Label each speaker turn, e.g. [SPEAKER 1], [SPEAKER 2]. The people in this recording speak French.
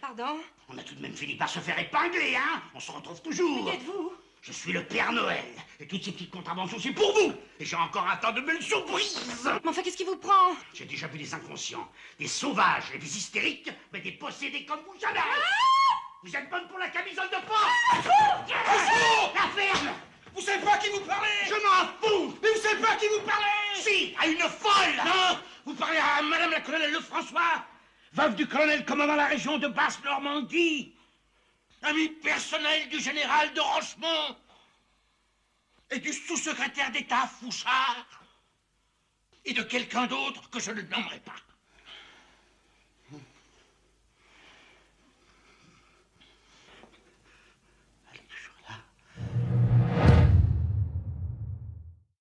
[SPEAKER 1] Pardon
[SPEAKER 2] On a tout de même fini par se faire épingler, hein On se retrouve toujours.
[SPEAKER 1] Qui êtes-vous
[SPEAKER 2] Je suis le Père Noël. Et toutes ces petites contraventions, c'est pour vous. Et j'ai encore un tas de belles surprises.
[SPEAKER 1] Mais enfin, qu'est-ce qui vous prend
[SPEAKER 2] J'ai déjà vu des inconscients, des sauvages et des hystériques, mais des possédés comme vous jamais.
[SPEAKER 1] Ah
[SPEAKER 2] Vous êtes bonne pour la camisole de porc. La ferme
[SPEAKER 3] Vous savez pas à qui vous parlez
[SPEAKER 2] Je m'en fous
[SPEAKER 3] Mais vous savez pas à qui vous parlez
[SPEAKER 2] Si, à une folle Non Vous parlez à Madame la colonelle Lefrançois Veuve du colonel commandant la région de Basse-Normandie Ami personnel du général de Rochemont Et du sous-secrétaire d'État Fouchard Et de quelqu'un d'autre que je ne nommerai pas